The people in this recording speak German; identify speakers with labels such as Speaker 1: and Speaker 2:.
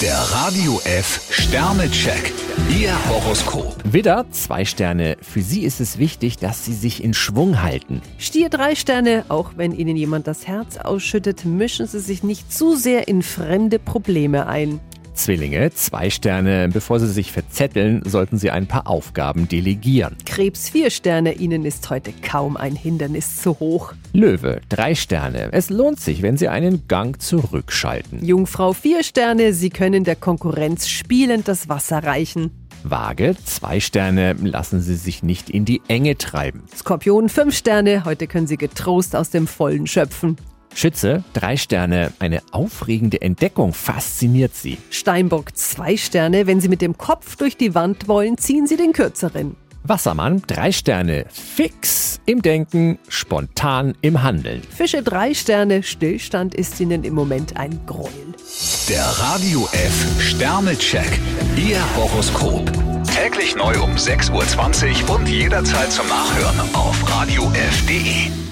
Speaker 1: Der Radio F Sternecheck. Ihr Horoskop.
Speaker 2: Widder, zwei Sterne. Für Sie ist es wichtig, dass Sie sich in Schwung halten.
Speaker 3: Stier drei Sterne, auch wenn Ihnen jemand das Herz ausschüttet, mischen Sie sich nicht zu sehr in fremde Probleme ein.
Speaker 2: Zwillinge, zwei Sterne. Bevor Sie sich verzetteln, sollten Sie ein paar Aufgaben delegieren.
Speaker 3: Krebs vier Sterne, Ihnen ist heute kaum ein Hindernis zu hoch.
Speaker 2: Löwe, drei Sterne. Es lohnt sich, wenn Sie einen Gang zurückschalten.
Speaker 3: Jungfrau vier Sterne, Sie können der Konkurrenz spielend das Wasser reichen.
Speaker 2: Waage, zwei Sterne. Lassen Sie sich nicht in die Enge treiben.
Speaker 3: Skorpion fünf Sterne, heute können Sie getrost aus dem Vollen schöpfen.
Speaker 2: Schütze, drei Sterne. Eine aufregende Entdeckung fasziniert Sie.
Speaker 3: Steinbock zwei Sterne, wenn Sie mit dem Kopf durch die Wand wollen, ziehen Sie den kürzeren.
Speaker 2: Wassermann, drei Sterne. Fix im Denken, spontan im Handeln.
Speaker 3: Fische drei Sterne, Stillstand ist Ihnen im Moment ein Gräuel.
Speaker 1: Der Radio F Sternecheck. Ihr Horoskop. Täglich neu um 6.20 Uhr und jederzeit zum Nachhören auf Radio radiof.de.